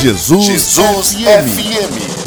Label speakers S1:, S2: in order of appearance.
S1: Jesus,
S2: Jesus
S1: FM.
S2: FM.